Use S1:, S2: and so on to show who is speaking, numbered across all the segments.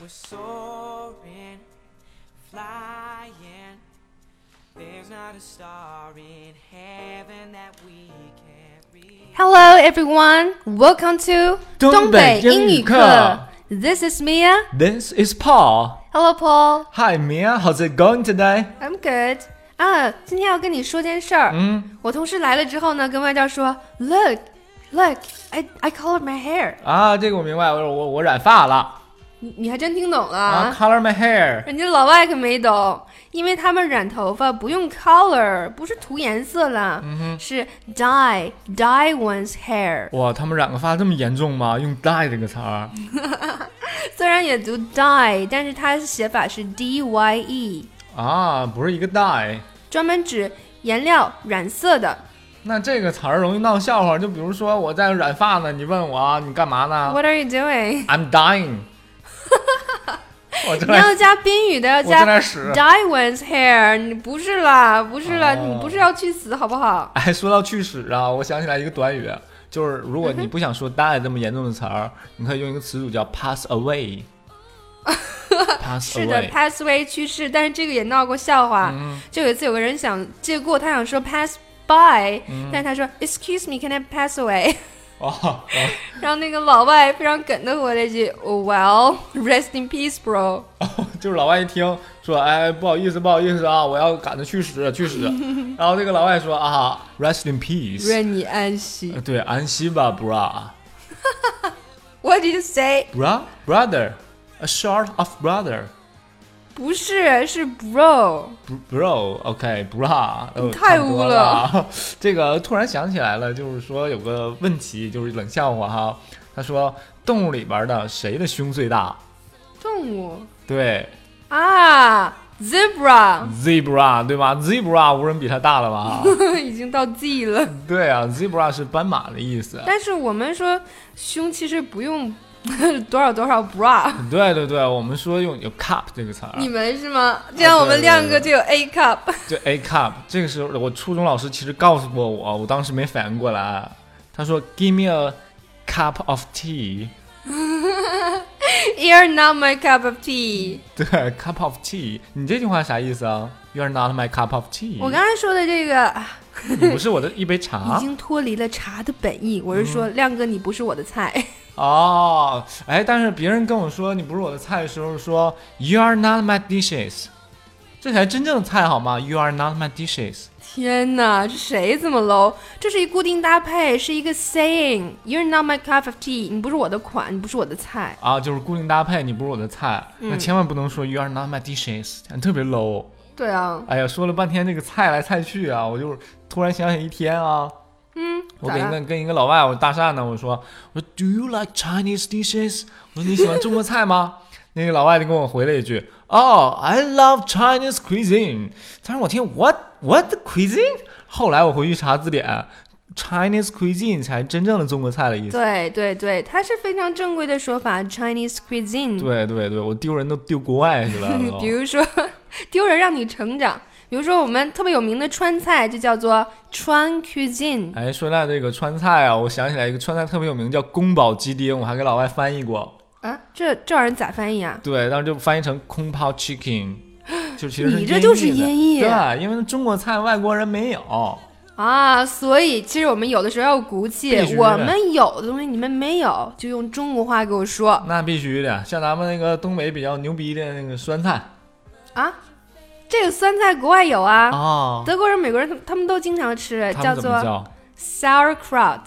S1: We're soaring, flying. There's not a star in heaven that we can't reach.
S2: Hello everyone, welcome to
S3: 东北英语课。
S2: This is Mia.
S3: This is Paul.
S2: Hello Paul.
S3: Hi Mia, how's it going today?
S2: I'm good. 啊，今天要跟你说件事儿。
S3: 嗯，
S2: 我同事来了之后呢，跟外教说，Look, look, I I colored my hair.
S3: 啊，这个我明白，我我我染发了
S2: 你你还真听懂了
S3: 啊，color my hair。
S2: 人家老外可没懂，因为他们染头发不用 color，不是涂颜色啦，
S3: 嗯
S2: 是 dye dye one's hair。
S3: 哇，他们染个发这么严重吗？用 dye 这个词儿，
S2: 虽然也读 dye，但是它写法是 d y e，
S3: 啊，不是一个 dye。
S2: 专门指颜料染色的。
S3: 那这个词儿容易闹笑话，就比如说我在染发呢，你问我啊你干嘛呢
S2: What are you doing？
S3: ？I'm dying。我正
S2: 你
S3: 在
S2: 要加宾语的，要
S3: 我正
S2: 加
S3: 在使。
S2: dye one's hair。你不是啦，不是啦，
S3: 哦
S2: 你不是要去死好不好？
S3: 哎，说到去屎啊，我想起来一个短语，就是如果你不想说 “die” 这么严重的词儿，你可以用一个词组叫 “pass away”。pass
S2: 是的
S3: away，
S2: ，pass away 去世，但是这个也闹过笑话。
S3: 嗯
S2: 就有一次有个人想借过，他想说 pass by，、但是
S3: 嗯
S2: 他说 excuse me，can I pass away？
S3: 哦，哦
S2: 然后那个老外非常梗的回了一句哦 well rest in peace bro。
S3: 哦就是老外一听说，哎，不好意思，不好意思啊，我要赶着去屎，去屎。然后这个老外说啊，rest in peace，
S2: 愿你安息
S3: 呃。对，安息吧，bra，bra，brother，a
S2: What did you say？
S3: short of brother，bro，OK，bra，、
S2: 不是，是 bro。
S3: OK, bra，呃
S2: 你太
S3: 差不
S2: 污
S3: 多
S2: 了
S3: 了啊。 这个突然想起来了，就是说有个问题，就是冷笑话哈。他说动物里边的谁的胸最大？
S2: 动物
S3: 对
S2: 啊，zebra
S3: ，zebra 对吧？zebra 无人比它大了吧？
S2: 已经到 Z 了。
S3: 对啊，zebra 是斑马的意思。啊
S2: 但是我们说胸其实不用 多少多少 bra。
S3: 对对对，我们说用有 cup 这个词儿，啊
S2: 你们是吗？这样我们亮哥就有 A cup。
S3: 就 a cup。这个时候我初中老师其实告诉过我，我当时没反应过来。啊他说 Give me a cup of tea。
S2: You're not my cup of tea。
S3: 对，cup of tea。你这句话啥意思啊？You're not my cup of tea。
S2: 我刚才说的这个啊
S3: 你不是我的一杯
S2: 已
S3: 茶
S2: 经脱离了茶的本意，我是说，亮哥你不是我的菜。
S3: 哦。哎，但是别人跟我说你不是我的菜的时候说 You are not my dishes，这才真正的菜好吗？You are not my dishes。
S2: 天哪，这谁这么 low？这是一固定搭配，是一个 saying。You're not my cup of tea。你不是我的款，你不是我的菜。
S3: 啊，就是固定搭配，你不是我的菜，
S2: 嗯
S3: 那千万不能说 you are not my dishes，特别 low。
S2: 对啊，
S3: 哎呀，说了半天这个菜来菜去啊，我就是突然想起一天啊，
S2: 嗯，
S3: 我
S2: 咋
S3: 跟一
S2: 了？
S3: 个跟一个老外我搭讪呢，我说我说 do you like Chinese dishes？我说你喜欢中国菜吗？ 那个老外就跟我回了一句哦、i love Chinese cuisine。但是我听 what what cuisine？后来我回去查字典，Chinese cuisine 才真正的中国菜的意思。
S2: 对对对，它是非常正规的说法，Chinese cuisine。嗯
S3: 对对对，我丢人都丢国外去 了都。
S2: 比如说，丢人让你成长。比如说，我们特别有名的川菜就叫做川 cuisine。
S3: 哎，说到这个川菜啊，我想起来一个川菜特别有名，叫宫保鸡丁，我还给老外翻译过。
S2: 啊，这这玩意儿咋翻译啊？
S3: 对，当时就翻译成空泡 chicken，就其实
S2: 你这就是
S3: 音
S2: 音译
S3: 对，啊因为中国菜外国人没有。
S2: 啊，所以其实我们有的时候要有骨气
S3: 必须，的
S2: 我们有的东西你们没有，就用中国话给我说
S3: 那必须的，像咱们那个东北比较牛逼的那个酸菜
S2: 啊。这个酸菜国外有啊，
S3: 哦，
S2: 德国人、美国人他们他们都经常吃，
S3: 他们怎么
S2: 做
S3: 叫？
S2: sauerkraut。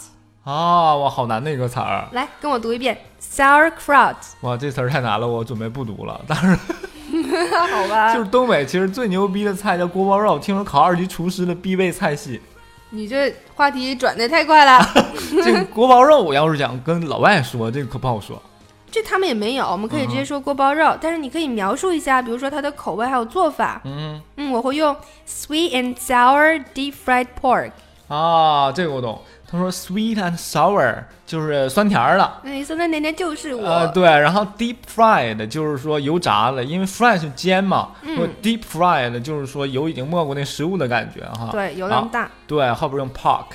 S3: 哦，哇，好难的一个词儿，
S2: 来，跟我读一遍 sauerkraut，
S3: 哇，这词儿太难了，我准备不读了。但是
S2: 好吧？
S3: 就是东北，其实最牛逼的菜叫锅包肉，听说考二级厨师的必备菜系。
S2: 你这话题转的太快了，
S3: 这个锅包肉，我要是想跟老外说，这个可不好说。
S2: 这他们也没有，我
S3: 嗯
S2: 们可以直接说锅包肉，但是你可以描述一下，比如说它的口味还有做法。
S3: 嗯
S2: 嗯，我会用 sweet and sour deep fried pork，
S3: 啊，这个我懂。他说 sweet and sour 就是酸甜儿的，
S2: 那你说的奶奶就是我。
S3: 呃，对。然后 deep fried 就是说油炸的，因为 fry 是煎嘛，
S2: 嗯
S3: 或者 deep fried 就是说油已经没过那食物的感觉哈。
S2: 对，油量大。
S3: 对，后边用 pork。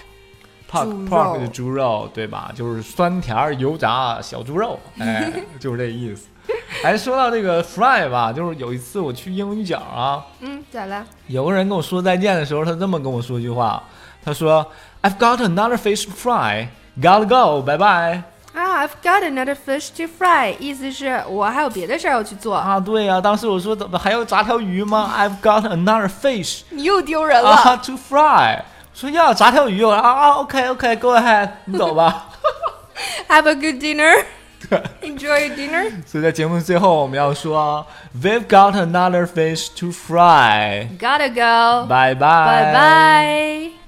S3: pork
S2: 猪肉
S3: pork 的猪肉对吧？就是酸甜儿油炸小猪肉，哎，就是这意思。哎，说到这个 fry 吧，就是有一次我去英语角啊，
S2: 嗯，咋了？
S3: 有个人跟我说再见的时候，他这么跟我说一句话，他说：“I've got another fish to fry, gotta go, bye bye。”
S2: 啊、i v e got another fish to fry，意思是我还有别的事儿要去做。
S3: 啊，对呀、当时我说怎么还要炸条鱼吗？I've got another fish
S2: 你又丢人了。
S3: 啊 to fry。说要炸条鱼，我说啊啊，OK OK，go、ahead，你走吧。
S2: Have a good dinner. Enjoy your dinner.
S3: 所以在节目最后，我们要说，We've got another fish to fry。
S2: Gotta go.
S3: 拜拜，
S2: Bye bye.